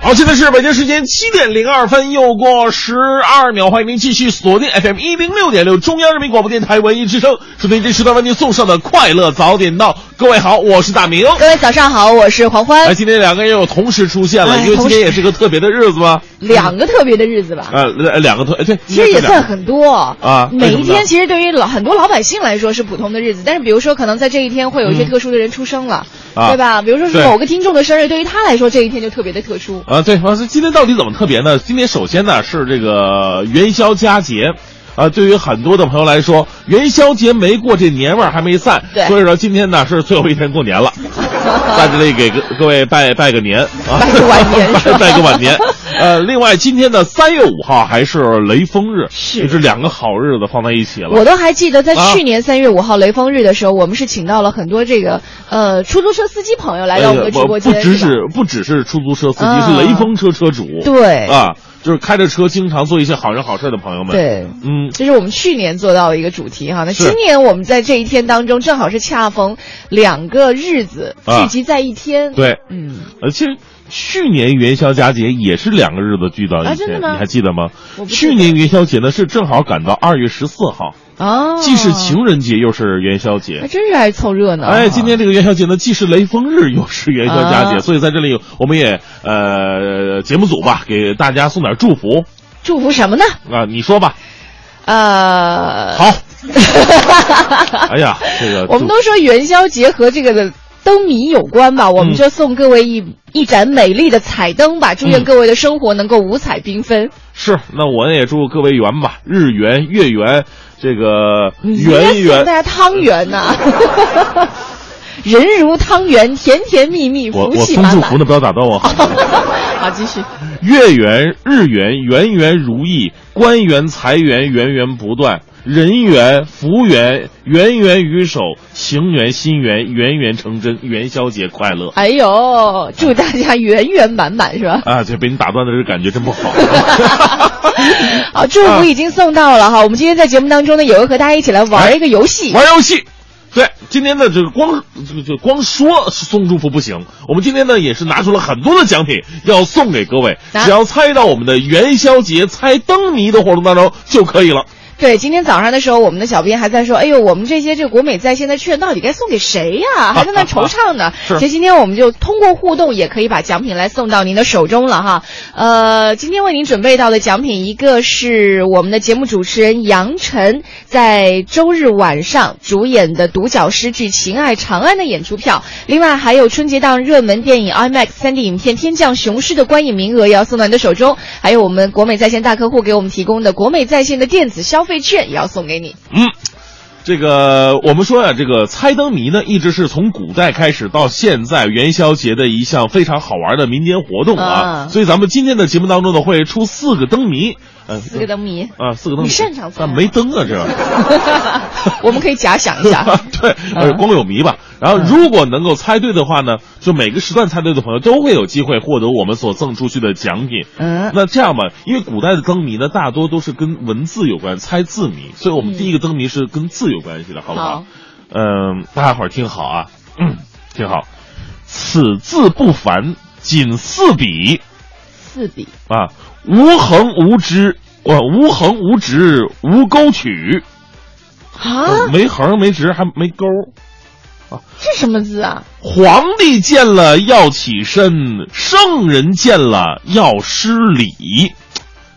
好，现在是北京时间七点零二分，又过十二秒，欢迎您继续锁定 FM 一零六点六中央人民广播电台文艺之声，收听这时段为您送上的快乐早点到。各位好，我是大明。各位早上好，我是黄哎，欢。今天两个人又同时出现了，哎因为今同时天也是个特别的日子吗？两个特别的日子吧，呃，呃两个特，哎对，其实也算两个很多啊为每什么一呢天其实对于老很多老百姓来说是普通的日子，但是比如说可能在这一天会有一些特殊的人出生了，嗯啊对吧？比如说是对某个听众的生日，对于他来说这一天就特别的特殊。啊，对，老师，今天到底怎么特别呢？今天首先呢是这个元宵佳节。啊，对于很多的朋友来说，元宵节没过，这年味儿还没散，对所以说今天呢是最后一天过年 了，在这里给各各位拜拜个年啊，拜个晚年是 拜吧拜个晚年。呃，另外今天呢三月五号还是雷锋日，是就是两个好日子放在一起了。我都还记得，在哎啊去年三月五号雷锋日的时候，我们是请到了很多这个呃出租车司机朋友来到我们的直播间，呃不只是吧是不只是出租车司机，啊是雷锋车车主。对啊，就是开着车经常做一些好人好事的朋友们。，对。嗯，这是我们去年做到的一个主题哈。那是今年我们在这一天当中，正好是恰逢两个日子啊聚集在一天。，对，嗯，呃，其实去年元宵佳节也是两个日子聚到一啊起，真的吗你还记得吗我？不记得去年元宵节呢是正好赶到二月十四号，哦，啊既是情人节又是元宵节。还啊真是爱凑热闹哈。哎，今天这个元宵节呢，既是雷锋日，又是元宵佳节，啊所以在这里我们也呃节目组吧，给大家送点祝福祝福什么呢？啊、你说吧，呃，好。哎呀，这个 我们都说元宵节和这个灯谜有关吧，我嗯们就送各位一、一盏美丽的彩灯吧，祝愿嗯各位的生活能够五彩缤纷。是，那我也祝各位圆吧，日圆、月圆，这个你应该圆圆。送大家汤圆呐、 人如汤圆，甜甜蜜蜜，我福我气送满祝满福。呢，不要打断我。 好，继续。月圆、日圆、圆圆如意，官圆、财源源源不断，人圆、福圆、源源于手，行圆、心圆、圆圆成真。元宵节快乐！哎呦，祝大家圆圆满满是吧？ 啊，这被你打断的这感觉真不 好。啊好，祝福已经送到了哈。我们今天在节目当中呢，也会和大家一起来玩一个游戏。玩游戏。对，今天呢，这个光这这光说送祝福不行，我们今天呢也是拿出了很多的奖品要送给各位，啊只要参与到我们的元宵节猜灯谜的活动当中就可以了。对，今天早上的时候，我们的小编还在说：“哎呦，我们这些这国美在线的券到底该送给谁呀、还在 那惆怅呢。是其实今天我们就通过互动，也可以把奖品来送到您的手中了哈。呃，今天为您准备到的奖品，一个是我们的节目主持人杨晨在周日晚上主演的独角狮剧《情爱长安》的演出票，另外还有春节档热门电影 IMAX 3D 影片《天降雄狮》的观影名额也要送到您的手中，还有我们国美在线大客户给我们提供的国美在线的电子消费券也要送给你。嗯，这个我们说啊呀、这个猜灯谜呢，一直是从古代开始到现在元宵节的一项非常好玩的民间活动啊，啊所以咱们今天的节目当中呢会出四个灯谜，呃，四个灯谜，啊，四个灯谜，你擅长猜啊，没灯啊这。我们可以假想一下。 对，呃，嗯光有谜吧。然后，如果能够猜对的话呢，就每个时段猜对的朋友都会有机会获得我们所赠出去的奖品。嗯， 那这样吧，因为古代的灯谜呢，大多都是跟文字有关，猜字谜，所以我们第一个灯谜是跟字有关系的，好不好好？嗯、大家伙儿听好啊， 嗯，听好，此字不凡，仅四笔四笔，啊，无横无枝，呃，无横无直，无钩曲，啊，没横没直还没钩。这什么字啊？皇帝见了要起身，圣人见了要施礼，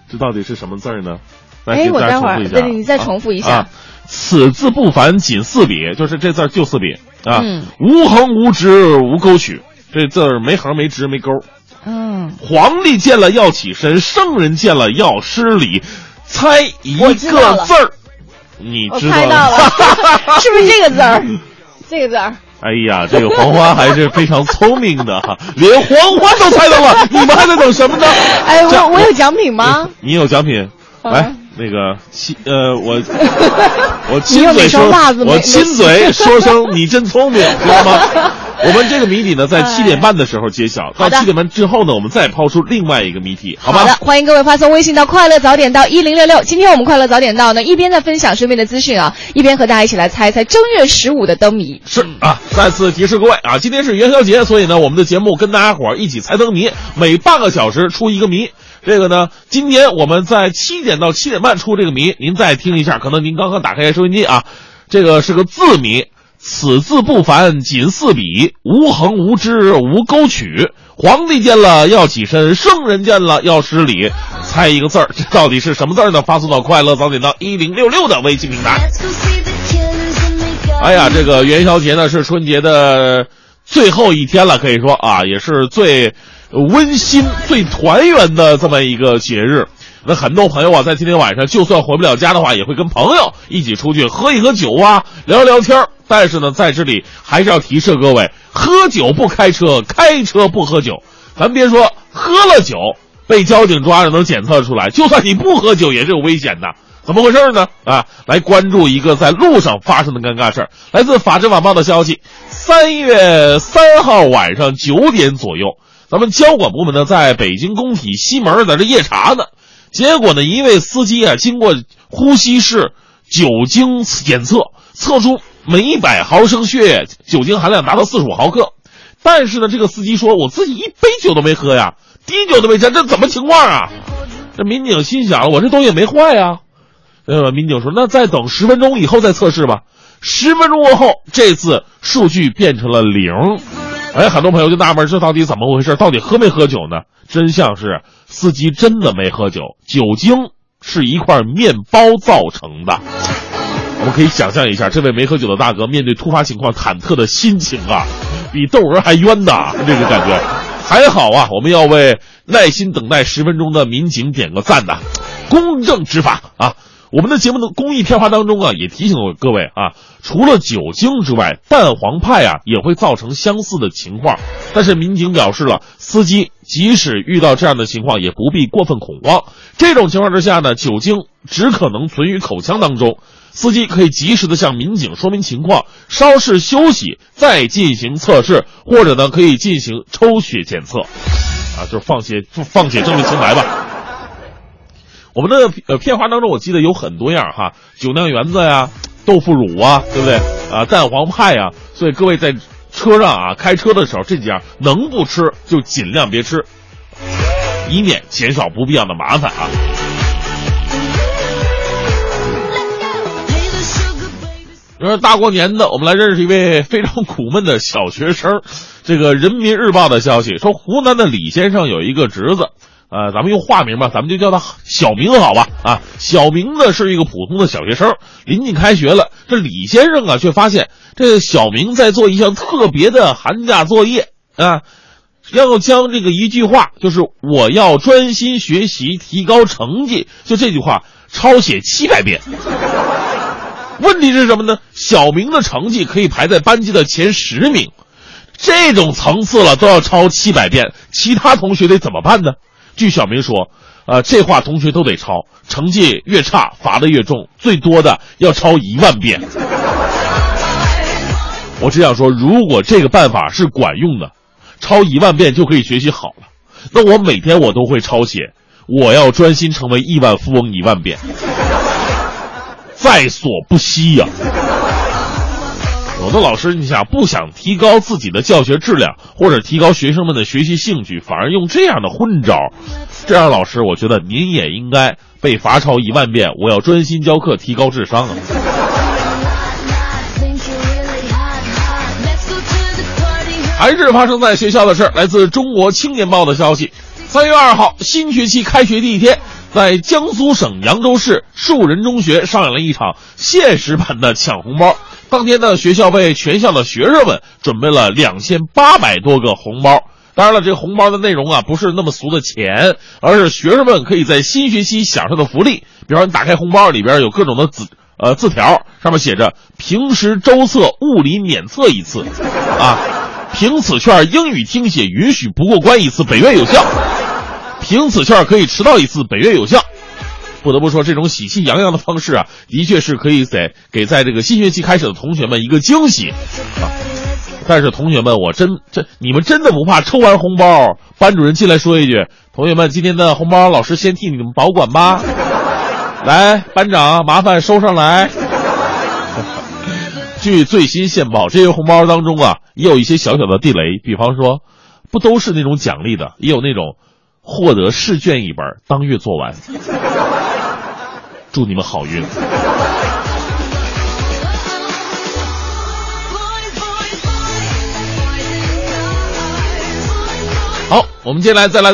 这到底是什么字儿呢？来哎给我大家待会儿重复一下对你再重复一下啊啊此字不凡，仅四笔，就是这字儿就四笔啊，嗯无横无直无勾曲，这字儿没横没直没勾。嗯，皇帝见了要起身，圣人见了要施礼，猜一我个知道了字儿，你我知猜到了， 是不是这个字儿？这个字儿，哎呀，这个黄欢还是非常聪明的 哈，连黄欢都猜到了，你们还在等什么呢？哎，这我我有奖品吗？你有奖品，嗯来那个亲呃 我我你亲又嘴没说说袜子没 我亲嘴说声你真聪明，知道吗？我们这个谜底呢，在哎七点半的时候揭晓。到好的七点半之后呢，我们再抛出另外一个谜题，好吧？好的，欢迎各位发送微信到快乐早点到一零六六。今天我们快乐早点到呢，一边在分享身边的资讯啊，一边和大家一起来猜一猜正月十五的灯谜。是啊，再次提示各位啊，今天是元宵节，所以呢，我们的节目跟大家伙儿一起猜灯谜，每半个小时出一个谜。这个呢，今天我们在七点到七点半出这个谜，您再听一下，可能您刚刚打开收音机啊，这个是个字谜，此字不凡仅四笔，无横无枝无勾曲。皇帝见了要起身，圣人见了要施礼。猜一个字儿，这到底是什么字儿呢？发送到快乐早点到一零六六的微信平台。哎哎呀，呀，这这个元宵节呢是春节的最后一天了，可以说啊，也是最温馨、最团圆的这么一个节日。那很多朋友啊，在今天晚上就算回不了家的话，也会跟朋友一起出去喝一喝酒啊，聊一聊天儿但是呢，在这里还是要提示各位，喝酒不开车，开车不喝酒。咱别说喝了酒被交警抓着能检测出来，就算你不喝酒也是有危险的。怎么回事呢？啊，来关注一个在路上发生的尴尬事儿。来自《法制晚报》的消息，三月三号晚上九点左右，咱们交管部门呢在北京工体西门在这夜查呢，结果呢一位司机啊经过呼吸室酒精检测，测出每一百毫升血液酒精含量达到四十五毫克，但是呢这个司机说我自己一杯酒都没喝呀，滴酒都没沾，这怎么情况啊？这民警心想，我这东西也没坏呀、呃，民警说，那再等十分钟以后再测试吧。十分钟过后，这次数据变成了零。哎，很多朋友就纳闷，这到底怎么回事？到底喝没喝酒呢？真相是，司机真的没喝酒，酒精是一块面包造成的。我们可以想象一下，这位没喝酒的大哥面对突发情况忐忑的心情啊，比窦娥还冤呐，这个感觉。还好啊，我们要为耐心等待十分钟的民警点个赞呐、公正执法啊！我们的节目的公益片花当中啊，也提醒了各位啊，除了酒精之外，蛋黄派啊也会造成相似的情况。但是民警表示了，司机即使遇到这样的情况，也不必过分恐慌。这种情况之下呢，酒精只可能存于口腔当中，司机可以及时的向民警说明情况，稍事休息，再进行测试，或者呢可以进行抽血检测。啊，就是放血放血证明清白吧。我们的呃片花当中，我记得有很多样儿哈，酒酿圆子呀、豆腐乳啊，对不对？啊，蛋黄派呀、所以各位在车上啊开车的时候，这几样能不吃就尽量别吃，以免减少不必要的麻烦啊。你说大过年的，我们来认识一位非常苦闷的小学生。 这个《人民日报》的消息说，湖南的李先生有一个侄子，呃，咱们用化名吧，咱们就叫他小明好吧？啊，小明呢是一个普通的小学生，临近开学了，这李先生啊却发现这小明在做一项特别的寒假作业啊，要将这个一句话，就是我要专心学习，提高成绩，就这句话抄写七百遍。问题是什么呢？小明的成绩可以排在班级的前十名，这种层次了都要抄七百遍，其他同学得怎么办呢？据小明说，呃，这话同学都得抄，成绩越差罚的越重，最多的要抄一万遍。我只想说，如果这个办法是管用的，抄一万遍就可以学习好了。那我每天我都会抄写，我要专心成为亿万富翁一万遍。在所不惜呀、有的老师，你想不想提高自己的教学质量，或者提高学生们的学习兴趣，反而用这样的昏招，这样老师，我觉得您也应该被罚抄一万遍。我要专心教课，提高智商啊！还是发生在学校的事儿来自《中国青年报》的消息，三月二号，新学期开学第一天，在江苏省扬州市树人中学上演了一场现实版的抢红包。当天呢，学校为全校的学生们准备了两千八百多个红包。当然了，这个红包的内容啊，不是那么俗的钱，而是学生们可以在新学期享受的福利。比方你打开红包，里边有各种的字呃字条，上面写着平时周测物理免测一次，啊，凭此券英语听写允许不过关一次，北月有效。凭此券可以迟到一次，北月有效。不得不说，这种喜气洋洋的方式啊，的确是可以在给在这个新学期开始的同学们一个惊喜。但是同学们，我真这你们真的不怕抽完红包，班主任进来说一句：“同学们，今天的红包老师先替你们保管吧。” 来，班长麻烦收上来。 据最新线报，这些红包当中啊，也有一些小小的地雷，比方说，不都是那种奖励的，也有那种获得试卷一本，当月做完。祝你们好运。好，我们接下来再来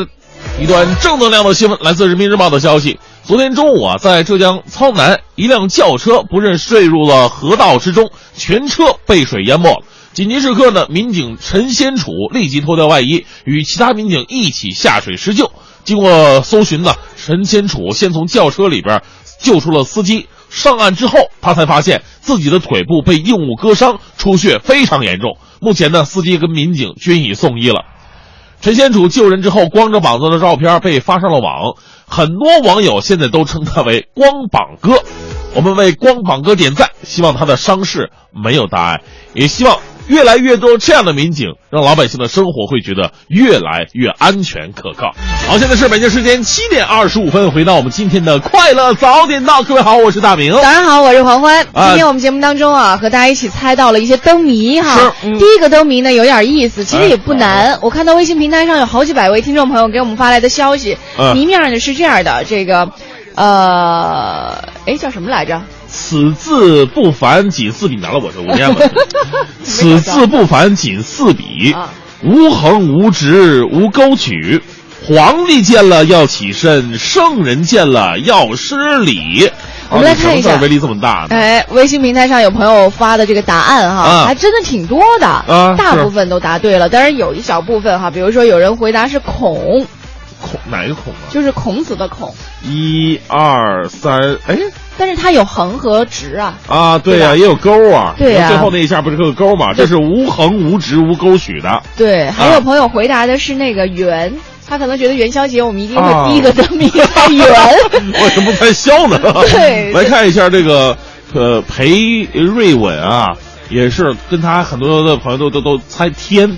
一段正能量的新闻，来自《人民日报》的消息。昨天中午啊，在浙江操南，一辆轿车不慎坠入了河道之中，全车被水淹没了。紧急时刻呢，民警陈先楚立即脱掉外衣，与其他民警一起下水施救。经过搜寻呢，陈先楚先从轿车里边救出了司机。上岸之后，他才发现自己的腿部被硬物割伤，出血非常严重。目前呢，司机跟民警均已送医了。陈先楚救人之后，光着膀子的照片被发上了网，很多网友现在都称他为“光膀哥”。我们为光膀哥点赞，希望他的伤势没有大碍，也希望越来越多这样的民警，让老百姓的生活会觉得越来越安全可靠。好，现在是北京时间七点二十五分，回到我们今天的快乐早点到，各位好，我是大明。早上好，我是黄欢。哦啊今天我们节目当中啊，和大家一起猜到了一些灯谜哈。是嗯哎第一个灯谜呢有点意思，其实也不难。我看到微信平台上有好几百位听众朋友给我们发来的消息，嗯谜面呢是这样的，这个，呃，哎叫什么来着？此字不凡，仅四笔。拿了我这，我念 吧。此字不凡，仅四笔啊，无横无直无勾曲。皇帝见了要起身，圣人见了要施礼。我们来看一下啊你什么字儿威力这么大呢？哎，微信平台上有朋友发的这个答案哈，啊还真的挺多的，啊大是部分都答对了，当然有一小部分哈，比如说有人回答是孔，孔哪个孔啊？就是孔子的孔，一二三，哎但是它有横和直啊，啊，对呀、对吧也有勾啊。对呀最后那一下不是个勾吗？这是无横无直无勾曲的。对，还有朋友回答的是那个圆，他可能觉得元宵节我们一定啊会第一个灯谜猜圆。 为什么在笑呢？对来看一下这个，呃，裴瑞稳啊，也是跟他很多的朋友都都都猜天，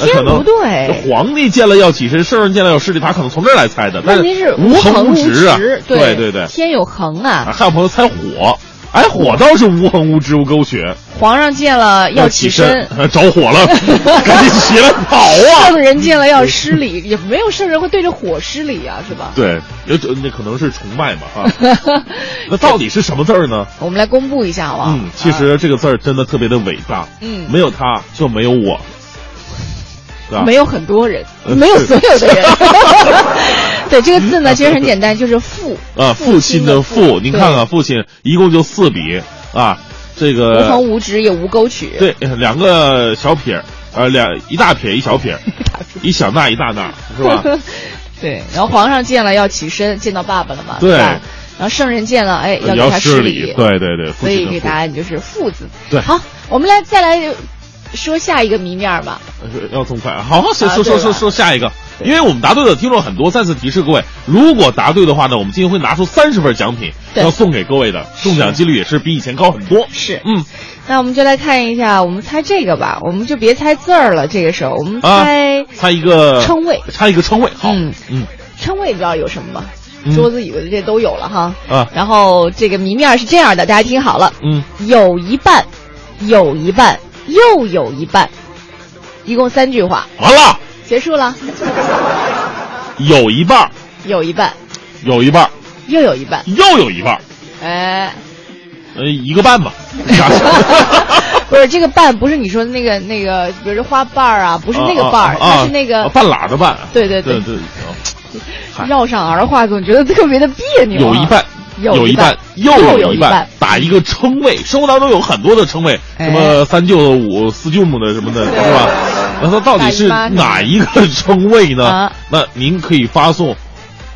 那天可能不对皇帝见了要起身，圣人见了要势力，他可能从这儿来猜的。但问题是无横无直啊，对对对。天有横啊啊，还有朋友猜火，哎，火倒是无横无直无沟渠，皇上见了要起起 身，着火 了，赶紧起来跑啊！圣人见了 要施礼，也没有圣人会对着火施礼啊，是 吧？对，有那可能是崇拜嘛 啊。那到底是什么字儿呢？我们来公布一下好不好？嗯，其啊实这个字儿真的特别的伟大。嗯没有他就没有我，对吧？啊没有有很多人，呃。没有所有的人 对这个字呢，其实很简单，就是父啊，父亲的父，您看啊对看，父亲一共就四笔啊，这无横个无直也无沟渠。对呃两个小撇儿，呃，两一大撇一小撇儿， 一小捺一大捺，是 吧？呃 对，然后皇上见了要起身，见到爸爸了嘛，对是吧然后圣人见了，哎，要给要他施礼，对对对，父所以亲给的父答，案就是父字。对好，我们来再来说下一个谜面吧。呃要这么快啊，好，说答说对说了说说下一个。对因为我们答对的听众很多，再次提示各位，如果答对的话呢，我们今天会拿出三十份奖品对要送给各位的，中奖几率也是比以前高很多。是，嗯，那我们就来看一下，我们猜这个吧，我们就别猜字儿了。这个时候，我们啊呃猜、猜一个称谓猜一个称谓。好，嗯嗯，称谓，你知道有什么吗？嗯桌子、椅子这都有了哈。啊然后这个谜面是这样的，大家听好了。嗯，有一半，有一半，又有一半，一共三句话，完了，结束了。有一半儿，有一半，有一半儿，又有一半，又有一半儿，哎，呃，一个半吧。不是这个半，不是你说的那个那个，比如说花瓣儿 啊，不不啊是那个瓣儿，它是那个啊半拉的半。对对对对对，嗨绕上儿化，总觉得特别的别扭啊。有一半。有一半，又有有一半半，，打一个称谓。生活当中有很多的称谓，哎什么三舅五、四舅母的什么的，对是吧？那它到底是大姨妈哪一个称谓呢啊？那您可以发送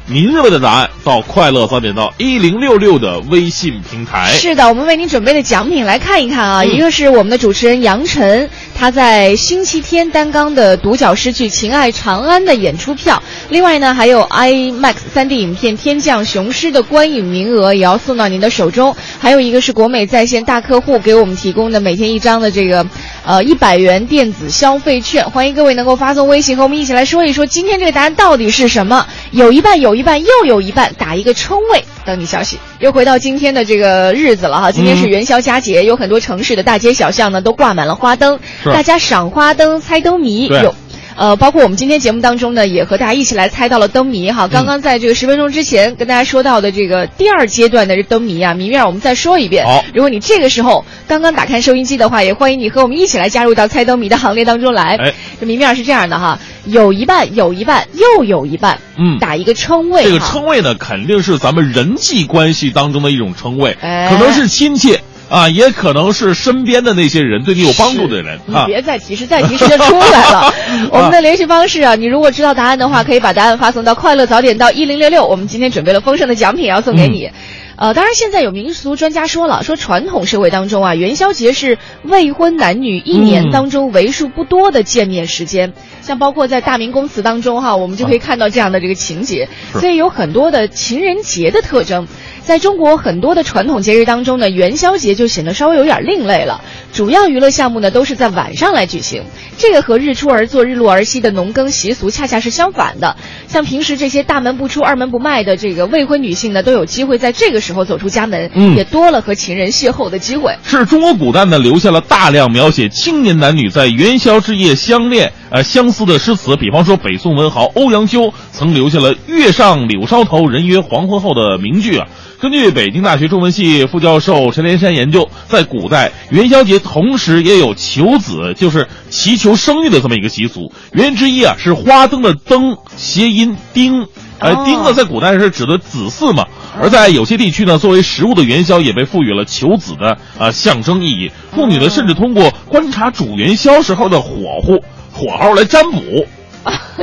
您认为的答案到快乐早点到一零六六的微信平台。是的，我们为您准备的奖品来看一看啊，嗯一个是我们的主持人杨晨，他在星期天担纲的独角诗剧《情爱长安》的演出票，另外呢还有 IMAX 3D 影片《天降雄狮》的观影名额也要送到您的手中，还有一个是国美在线大客户给我们提供的每天一张的这个呃一百元电子消费券。欢迎各位能够发送微信和我们一起来说一说今天这个答案到底是什么？有一半，有一半，又有一半，打一个称谓，等你消息。又回到今天的这个日子了哈，今天是嗯元宵佳节，有很多城市的大街小巷呢都挂满了花灯，是大家赏花灯、猜灯谜对有。呃，包括我们今天节目当中呢，也和大家一起来猜到了灯谜嗯哈。刚刚在这个十分钟之前跟大家说到的这个第二阶段的这灯谜啊，谜面我们再说一遍。好如果你这个时候刚刚打开收音机的话，也欢迎你和我们一起来加入到猜灯谜的行列当中来。哎，这谜面是这样的哈，有一半，有一半，又有一半，嗯打一个称谓哈。这个称谓呢，肯定是咱们人际关系当中的一种称谓，哎可能是亲戚啊，也可能是身边的那些人对你有帮助的人你啊。。别再提示，再提示就出来了 我们的联系方式啊，你如果知道答案的话，可以把答案发送到快乐早点到一零六六。我们今天准备了丰盛的奖品要送给嗯你。呃，当然，现在有民俗专家说了，说传统社会当中啊，元宵节是未婚男女一年当中为数不多的见面时间。像包括在大明宫词当中哈、我们就可以看到这样的这个情节，是所以有很多的情人节的特征。在中国很多的传统节日当中呢，元宵节就显得稍微有点另类了。主要娱乐项目呢都是在晚上来举行，这个和日出而作、日落而息的农耕习俗恰恰是相反的。像平时这些大门不出、二门不迈的这个未婚女性呢，都有机会在这个时候走出家门，嗯也多了和情人邂逅的机会。 是中国古代呢留下了大量描写青年男女在元宵之夜相恋、呃相思的诗词，比方说北宋文豪欧阳修曾留下了“月上柳梢头，人约黄昏后”的名句啊。根据北京大学中文系副教授陈连山研究，在古代元宵节同时也有求子，就是祈求生育的这么一个习俗。原因之一啊是花灯的灯谐音丁，哎、哦丁呢在古代是指的子嗣嘛，而在有些地区呢，作为食物的元宵也被赋予了求子的呃象征意义。妇女呢，甚至通过观察煮元宵时候的火候、火候来占卜，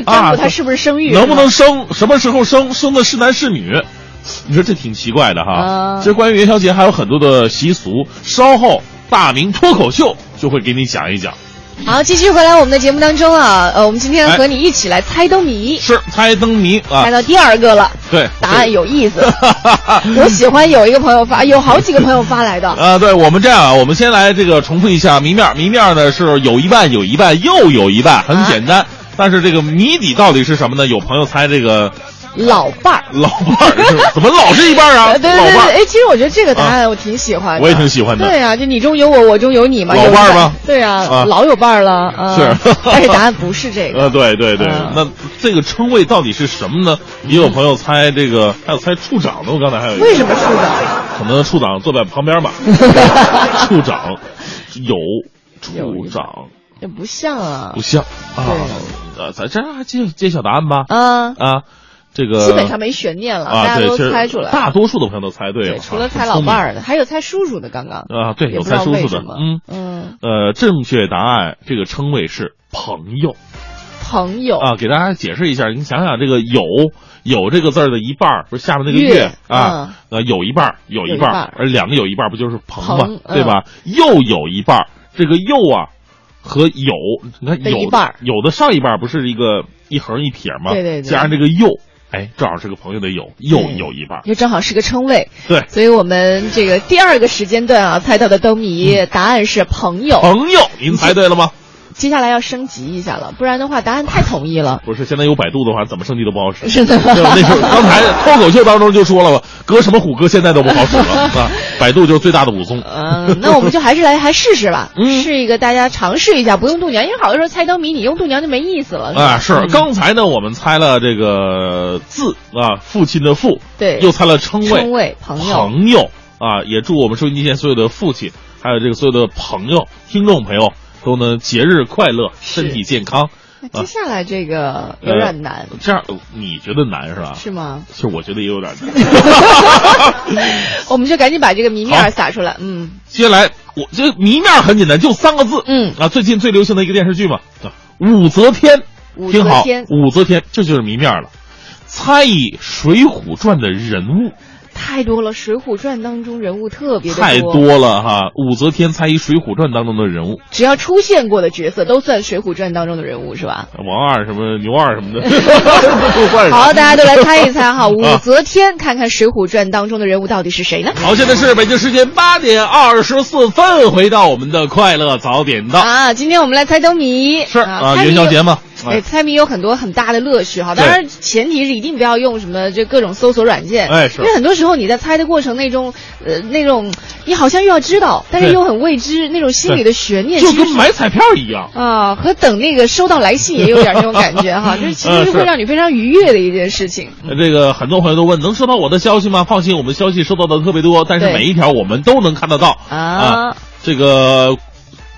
占卜它是不是生育？啊能不是能吧？生，什么时候生，生的是男是女。你说这挺奇怪的哈。啊其实关于元宵节还有很多的习俗，稍后大明脱口秀就会给你讲一讲。好，继续回来我们的节目当中啊，呃，我们今天哎和你一起来猜灯谜，是猜灯谜啊猜，到第二个了，对，答 案有意思。有我喜欢有一个朋友发，有好几个朋友发来的。啊，对，我们这样啊，我们先来这个重复一下谜面儿。谜面儿呢是有一半，有一半，又有一半，很啊简单。但是这个谜底到底是什么呢？有朋友猜这个老伴儿。老伴儿是怎么老是一半儿啊？ 对对老对伴对，儿，啊哎，其实我觉得这个答案我挺喜欢的，我也挺喜欢的对啊，就你中有我，我中有你嘛，老有一伴儿半吗对啊啊，老有伴儿了，啊是 但是答案不是这呃，个，对对对嗯，那这个称谓到底是什么呢？也有朋友猜这 个，还有猜处长的。我刚才还有一个为什么处长？可能处长坐在旁边 吧。处长有有处一长这不像啊不，像啊，呃，咱这样还揭揭晓答案吧。啊，啊，这个基本上没悬念了，啊，大家对，都其实猜出来大了。多数的朋友都猜对了，对，除了啊猜老伴儿的，还有猜叔叔的，刚刚啊，对，也有不知猜道叔为叔什的么，，嗯，嗯，呃，正确答案这个称谓是朋友朋友啊，给大家解释一下，你想想这个有有这个字儿的一半儿，不是下面那个月嗯啊，呃，有一半儿有一半有一半儿儿，嗯而两个有一半儿不就是朋嘛朋，对吧？又有一半儿，这个又啊。和有，你看的有一半儿有的上一半儿不是一个一横一撇吗？对对对加上这个又，哎，正好是个朋友的友，又对有一半儿，就嗯正好是个称谓，对。所以我们这个第二个时间段啊，猜到的灯谜答案是朋友。嗯朋友，您猜对了吗？接下来要升级一下了，不然的话答案太统一了。不是，现在有百度的话，怎么升级都不好使。是 的吗对吧？那时候刚 才脱口秀当中就说了嘛，隔什么虎哥现在都不好使了啊！百度就是最大的武松。嗯，那我们就还是来 还试试吧，嗯试一个大家尝试一下，不用度娘，因为好多时候猜灯谜你用度娘就没意思了。吧啊，是刚才呢，我们猜了这个字啊，父亲的父，对又猜了称谓，称谓朋友朋友啊，也祝我们收音机前所有的父亲，还有这个所有的朋友、听众朋友都能节日快乐，身体健康。呃那哎接下来这啊个有 点难， 这样你觉得难是吧？是吗？其实我觉得也有点难。 我们就赶紧把这个谜好面撒出来。嗯，接下来我这谜面很简单，就三个字。嗯啊，最近最流行的一个电视剧嘛，啊武则天。武听好则天，武则天，这就是谜面了。猜一《水浒传》的人物，太多了，《水浒传》当中人物特别的太多了哈！武则天才一《水浒传》当中的人物，只要出现过的角色都算《水浒传》当中的人物，是吧？王二什么牛二什么啊的，都 算上 好，大家都来猜一 猜哈，武则天，看看《水浒传》当中的人物到底是谁呢？好，现在是北京时间八点二十四分，回到我们的快乐早点到。啊，今天我们来猜灯谜，是啊，猜谜元宵节嘛，哎，哎猜谜有很多很大的乐趣哈，对当然前提是一定不要用什么这各种搜索软件，哎是因为很多时候你在猜的过程那种，呃，那种你好像又要知道，但是对又很未知，那种心里的悬念，就其跟实是买彩票一样。啊，和等那个收到来信也有点这种感觉 哈，就是其实嗯是是会让你非常愉悦的一件事情。呃这个很多朋友都问，能收到我的消息吗？放心，我们消息收到的特别多，但是对每一条我们都能看得到啊这个。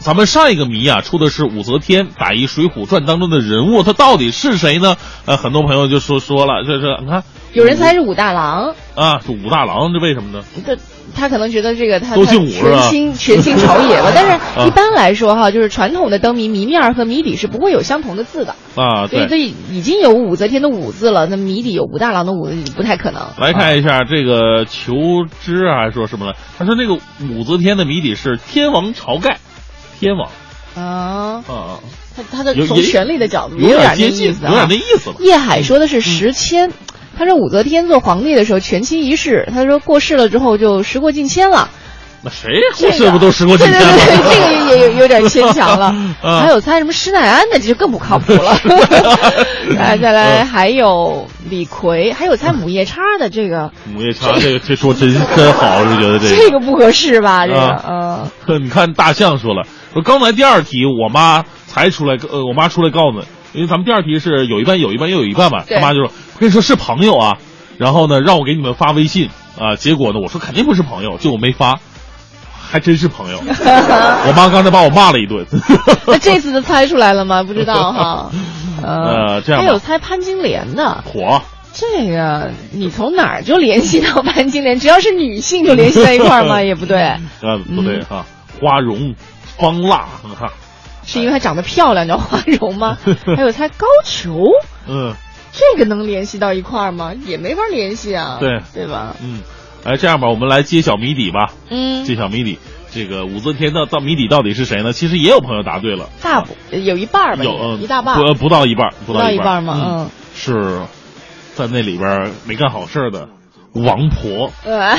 咱们上一个谜啊，出的是武则天打一《水浒传》当中的人物，他到底是谁呢？呃，很多朋友就说说了，这是你看有人猜是武大郎，啊，是武大郎，这为什么呢？这他可能觉得这个他都他姓武是权吧倾权倾朝野 吧，但是啊一般来说哈，就是传统的灯谜谜面儿和谜底是不会有相同的字的。啊，所以对，这已经有武则天的武字了，那谜底有武大郎的武不太可能。来看一下这个求知啊，还说什么了？他说那个武则天的谜底是天王晁盖，天王啊，啊，啊他他的有从也权力的角度有点那接意近，思有点啊那。意思了。嗯叶海说的是时迁，他说武则天做皇帝的时候权倾一世，他说过世了之后就时过境迁了。那谁 过世不都时过境对迁对吗？。对，对这个也有有点牵强了 啊还有猜什么施耐庵的，就更不靠谱 了。来再嗯来，还有李逵，还有猜母夜叉的这个，母夜叉这个这说真真好，我就觉得这这个不合适吧？这个啊，嗯。个。你看大象说了，说刚才第二题我妈才出来，呃，我妈出来告诉你，因为咱们第二题是有一半有一半又有一半嘛，对他妈就说跟你说是朋友啊，然后呢让我给你们发微信啊，结果呢我说肯定不是朋友，结果没发，还真是 朋友。我妈刚才把我骂了一顿。那 这次就猜出来了吗？不知道哈。嗯呃这样吧还有猜潘金莲的，火，这个你从哪儿就联系到潘金莲？只要是女性就 联系在一块儿吗？也不对， 呃，不对嗯哈、花容方腊哈，是因为她长得漂亮叫花容 吗？还有猜高俅，嗯。这个能联系到一块儿吗？也没法联系啊。对对吧？嗯，哎，这样吧，我们来揭晓谜底吧。嗯，揭晓谜底，这个武则天的到谜底到底是谁呢？其实也有朋友答对了，大不有一半儿吧，有也嗯一大半儿不，呃不到一半儿，不不到一一半半儿儿吗？嗯。是在那里边儿没干好事儿的王婆。 呃，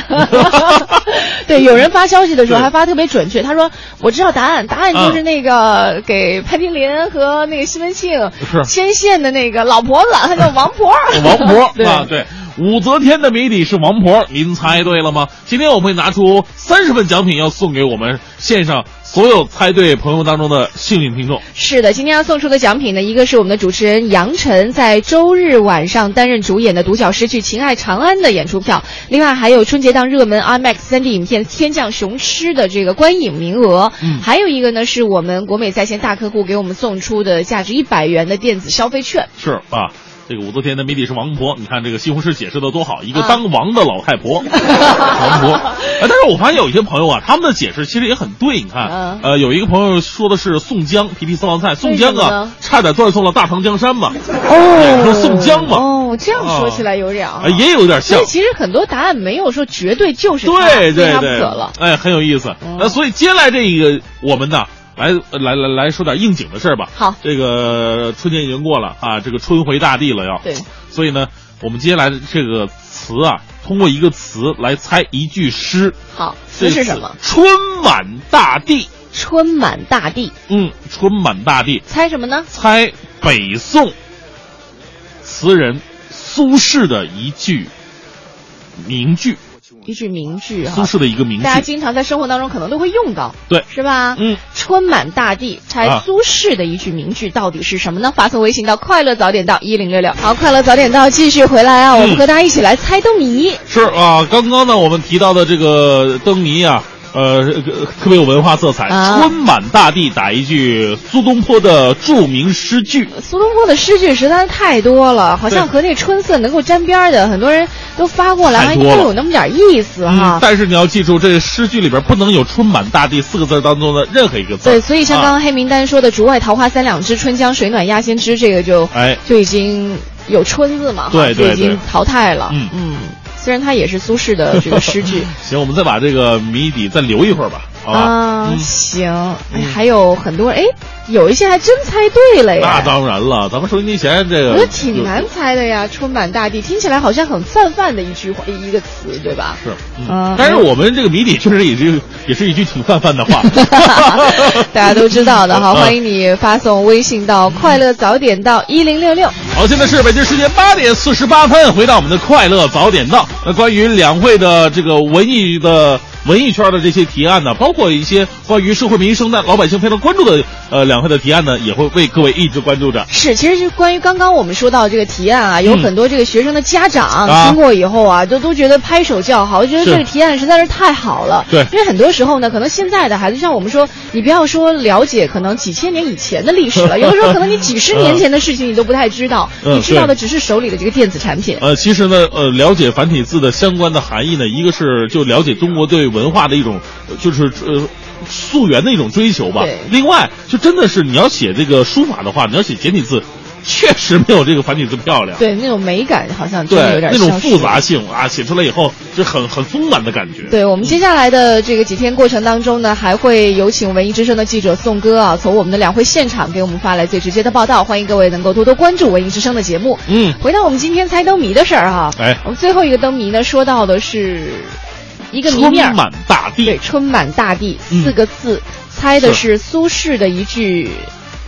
对，有人发消息的时候对还发特别准确，他说我知道答案，答案嗯就是那个给潘金莲和那个西门庆是。牵线的那个老婆子，她叫王婆 王婆 对啊，对，武则天的谜底是王婆，您猜对了吗？今天我们会拿出三十份奖品，要送给我们线上所有猜对朋友当中的幸运听众。是的，今天要送出的奖品呢，一个是我们的主持人杨晨在周日晚上担任主演的独角诗剧《情爱长安》的演出票，另外还有春节档热门 IMAX 3D 影片《天降雄狮》的这个观影名额，嗯还有一个呢是我们国美在线大客户给我们送出的价值一百元的电子消费券。是啊，这个武则天的谜底是王婆，你看这个西红柿解释的多好，一个啊当王的老太 婆，王婆。哎，但是我发现有一些朋友啊，他们的解释其实也很对，你看，嗯呃，有一个朋友说的是宋江，皮皮四王菜，宋江为什么呢啊，差点断送了大唐江山嘛，哦，说宋江嘛哦，这样说起来有点儿啊哎，也有点像所以。其实很多答案没有说绝对就是他对非对他不对可了，。哎，很有意思。嗯那所以接下来这一个我们呢，来呃来来来说点应景的事儿吧。好这个春节已经过了啊，这个春回大地了要。对，所以呢，我们接下来的这个词啊，通过一个词来猜一句诗。好，词是什么？？春满大地。春满大地，嗯，春满大地。猜什么呢？猜北宋词人苏轼的一句名句，一句名句苏哈，轼的一个名大家句。经常在生活当中可能都会用到，对是吧？嗯，春满大地，猜啊苏轼的一句名句到底是什么呢？发送微信到快乐早点到一零六六。好，快乐早点到，继续回来啊！我们啊嗯和大家一起来猜灯谜。是啊，刚刚呢我们提到的这个灯谜啊，呃，这个特别有文化色彩。啊春满大地打一句苏东坡的著名诗句。苏东坡的诗句实在是太多了，好像对和那春色能够沾边儿的，很多人都发过来，太还都多了有那么点儿意思嗯哈。但是你要记住，这个诗句里边不能有“春满大地”四个字当中的任何一个字。对，所以像啊、刚刚黑名单说的“竹外桃花三两枝，春江水暖鸭先知”，这个就哎就已经有“春”字嘛，哈对对就已经淘汰了。嗯嗯，虽然它也是苏轼的这个诗 句。行，我们再把这个谜底再留一会儿吧，好吧？啊，嗯行，哎，还有很多，哎，有一些还真猜对了那呀。当然了，咱们收音机前这我个觉得挺有难猜的呀，“春满大地”听起来好像很泛泛的一句话一个词，对吧？是，嗯嗯，，但是我们这个谜底确实也是也是一句挺泛泛的话 大家都知道的 哈，嗯欢迎你发送微信到“快乐早点到一零六六好，现在是北京时间八点四十八分，回到我们的快乐早点到。那关于两会的这个文艺的文艺圈的这些提案呢，包括一些关于社会民生的老百姓非常关注的呃两会的提案呢，也会为各位一直关注着”。。是，其实就关于刚刚我们说到这个提案啊，有嗯很多这个学生的家长啊经过以后啊，都都觉得拍手叫好，觉得是这个提案实在是太好了。对因为很多时候呢，可能现在的孩子，像我们说，你不要说了解可能几千年以前的历史 了，有的时候可能你几十年前的事情你都不太知道，嗯你知道的只是手里的这个电子产品。呃，其实呢，呃，了解繁体字的相关的含义呢，一个是就了解中国对文化的一种，呃就是呃。溯源的一种追求吧对。另外，就真的是你要写这个书法的话，你要写简体字，确实没有这个繁体字漂亮。对，那种美感好像真的对有点那种消失复了杂性啊，写出来以后就很很丰满的感觉。对我们接下来的这个几天过程当中呢，还会有请文艺之声的记者宋哥啊，从我们的两会现场给我们发来最直接的报道。欢迎各位能够多多关注文艺之声的节目。嗯，回到我们今天猜灯谜的事儿、哈，哎我们最后一个灯谜呢，说到的是一个谜春面儿，满大对，地，春满大地嗯四个字，猜的是苏轼的一句，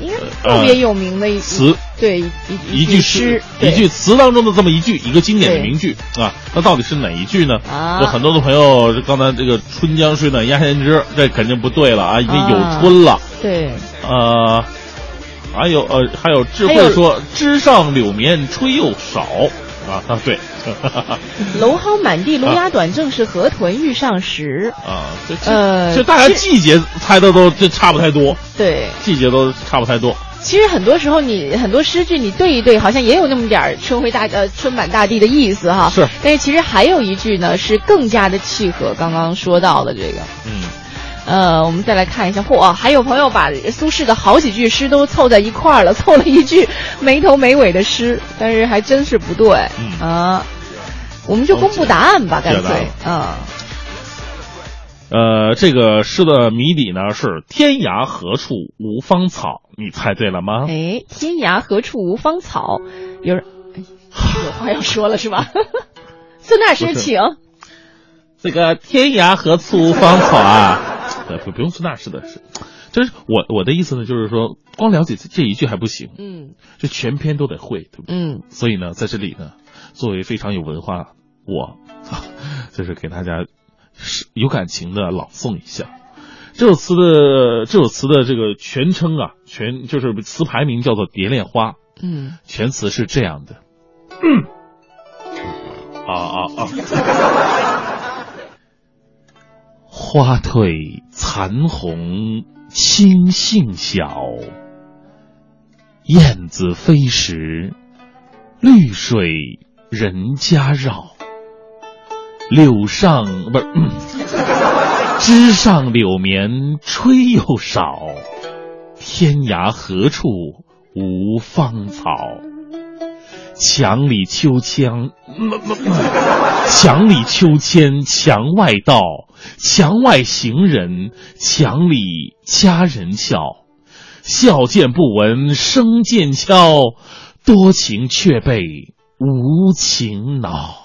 应该呃特别有名的一词，对，一一句句诗诗，，一对句词当中的这么一句，一个经典的对名句啊。那到底是哪一句呢？啊有很多的朋友，刚才这个“春江水暖鸭先知”，这肯定不对了啊，已经有啊春了。对。呃，还有呃，还有智还有慧说“枝上柳绵吹又少”啊，啊对， 蒌蒿满地芦芽短，正是河豚欲上时。啊，这呃这这大家其实季节猜的都这差不太多。对，季节都差不太多。其实很多时候你很多诗句你对一对，好像也有那么点儿春回大呃春满大地的意思哈。是但是其实还有一句呢，是更加的契合刚刚说到的这个。嗯，呃，我们再来看一下，嚯、还有朋友把苏轼的好几句诗都凑在一块儿了，凑了一句没头没尾的诗，但是还真是不对、嗯啊。我们就公布答案吧，干解答脆啊。呃，这个诗的谜底呢是“天涯何处无芳草”，你猜对了吗？哎，天涯何处无芳草？有人哎有话要说了是吧？ 孙老不师，是请。这个“天涯何处无芳草”啊， 呃，不不用孙大师的是，就是我我的意思呢，就是说光了解这一句还不行，嗯就全篇都得会，对不对？嗯，所以呢，在这里呢，作为非常有文化，我 啊，就是给大家是有感情的朗诵一下这首词的这首词的这个全称啊，全就是词牌名叫做《蝶恋花》，嗯，全词是这样的。啊啊啊！ 花褪残红青杏小，燕子飞时，绿水人家绕。柳上不是、嗯 枝上柳绵吹又少，天涯何处无芳草？墙里秋千，嗯墙里秋千，墙外道，墙外行人，墙里佳人笑。笑渐不闻声渐悄，多情却被无情恼。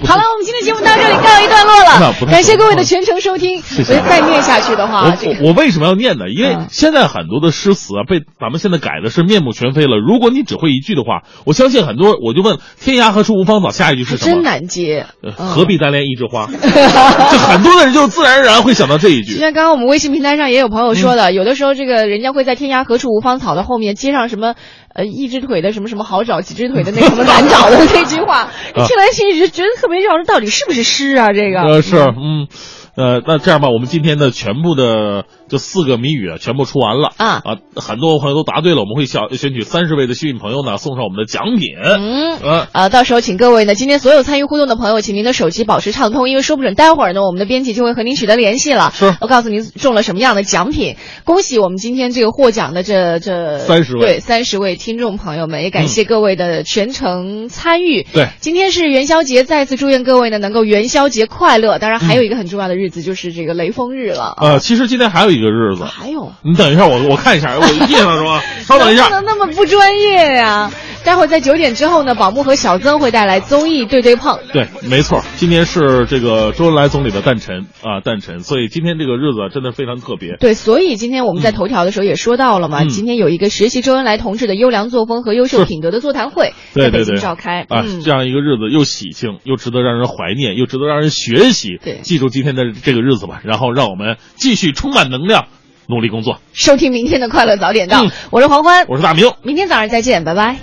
好了，我们今天节目到这里告一段落那了不，太感谢各位的好全程收听。谢谢我再念下去的话，啊这个我我为什么要念呢？因为嗯现在很多的诗词啊，被咱们现在改的是面目全非了。如果你只会一句的话，我相信很多。我就问“天涯何处无芳草”，下一句是什么？啊真难接。呃嗯何必单恋一枝 花？就很多的人就自然而然会想到这一就句。像刚刚我们微信平台上也有朋友说的，有的时候这个人家会在“天涯何处无芳草”的后面接上什么， 呃，一只腿的什么什么好找，几只腿的那个什么难找的那句话，你听来听去就觉得特别绕，这到底是不是诗啊？这个呃呃，是，嗯，呃，那这样吧，我们今天的全部的这四个谜语啊，全部出完了啊啊，很多朋友都答对了，我们会选选取三十位的幸运朋友呢，送上我们的奖品。嗯。呃，呃，到时候请各位呢，今天所有参与互动的朋友，请您的手机保持畅通，因为说不准待会儿呢，我们的编辑就会和您取得联系了。是我告诉您中了什么样的奖品，恭喜我们今天这个获奖的这这30位对三十位听众朋友们，也感谢各位的全程参与。对，今天是元宵节，再次祝愿各位呢能够元宵节快乐。当然，还有一个很重要的日子就是这个雷锋日了。啊呃，其实今天还有一个日子，还有，你等一下，我我看一下，我印象中 啊，嗯稍等一能下，不能那么不专业呀、待会儿在九点之后呢，宝木和小曾会带来综艺对对碰。对，没错，今天是这个周恩来总理的诞辰啊，诞辰，所以今天这个日子啊真的非常特别。对，所以今天我们在头条的时候也说到了嘛，嗯今天有一个学习周恩来同志的优良作风和优秀是品德的座谈会对在北对对，京召开。啊，嗯这，样一个日子又喜庆，又值得让人怀念，又值得让人学习。对记住今天的这个日子吧，然后让我们继续充满能量，努力工作。收听明天的快乐早点到，嗯我是黄欢，我是大明。明天早上再见，拜拜。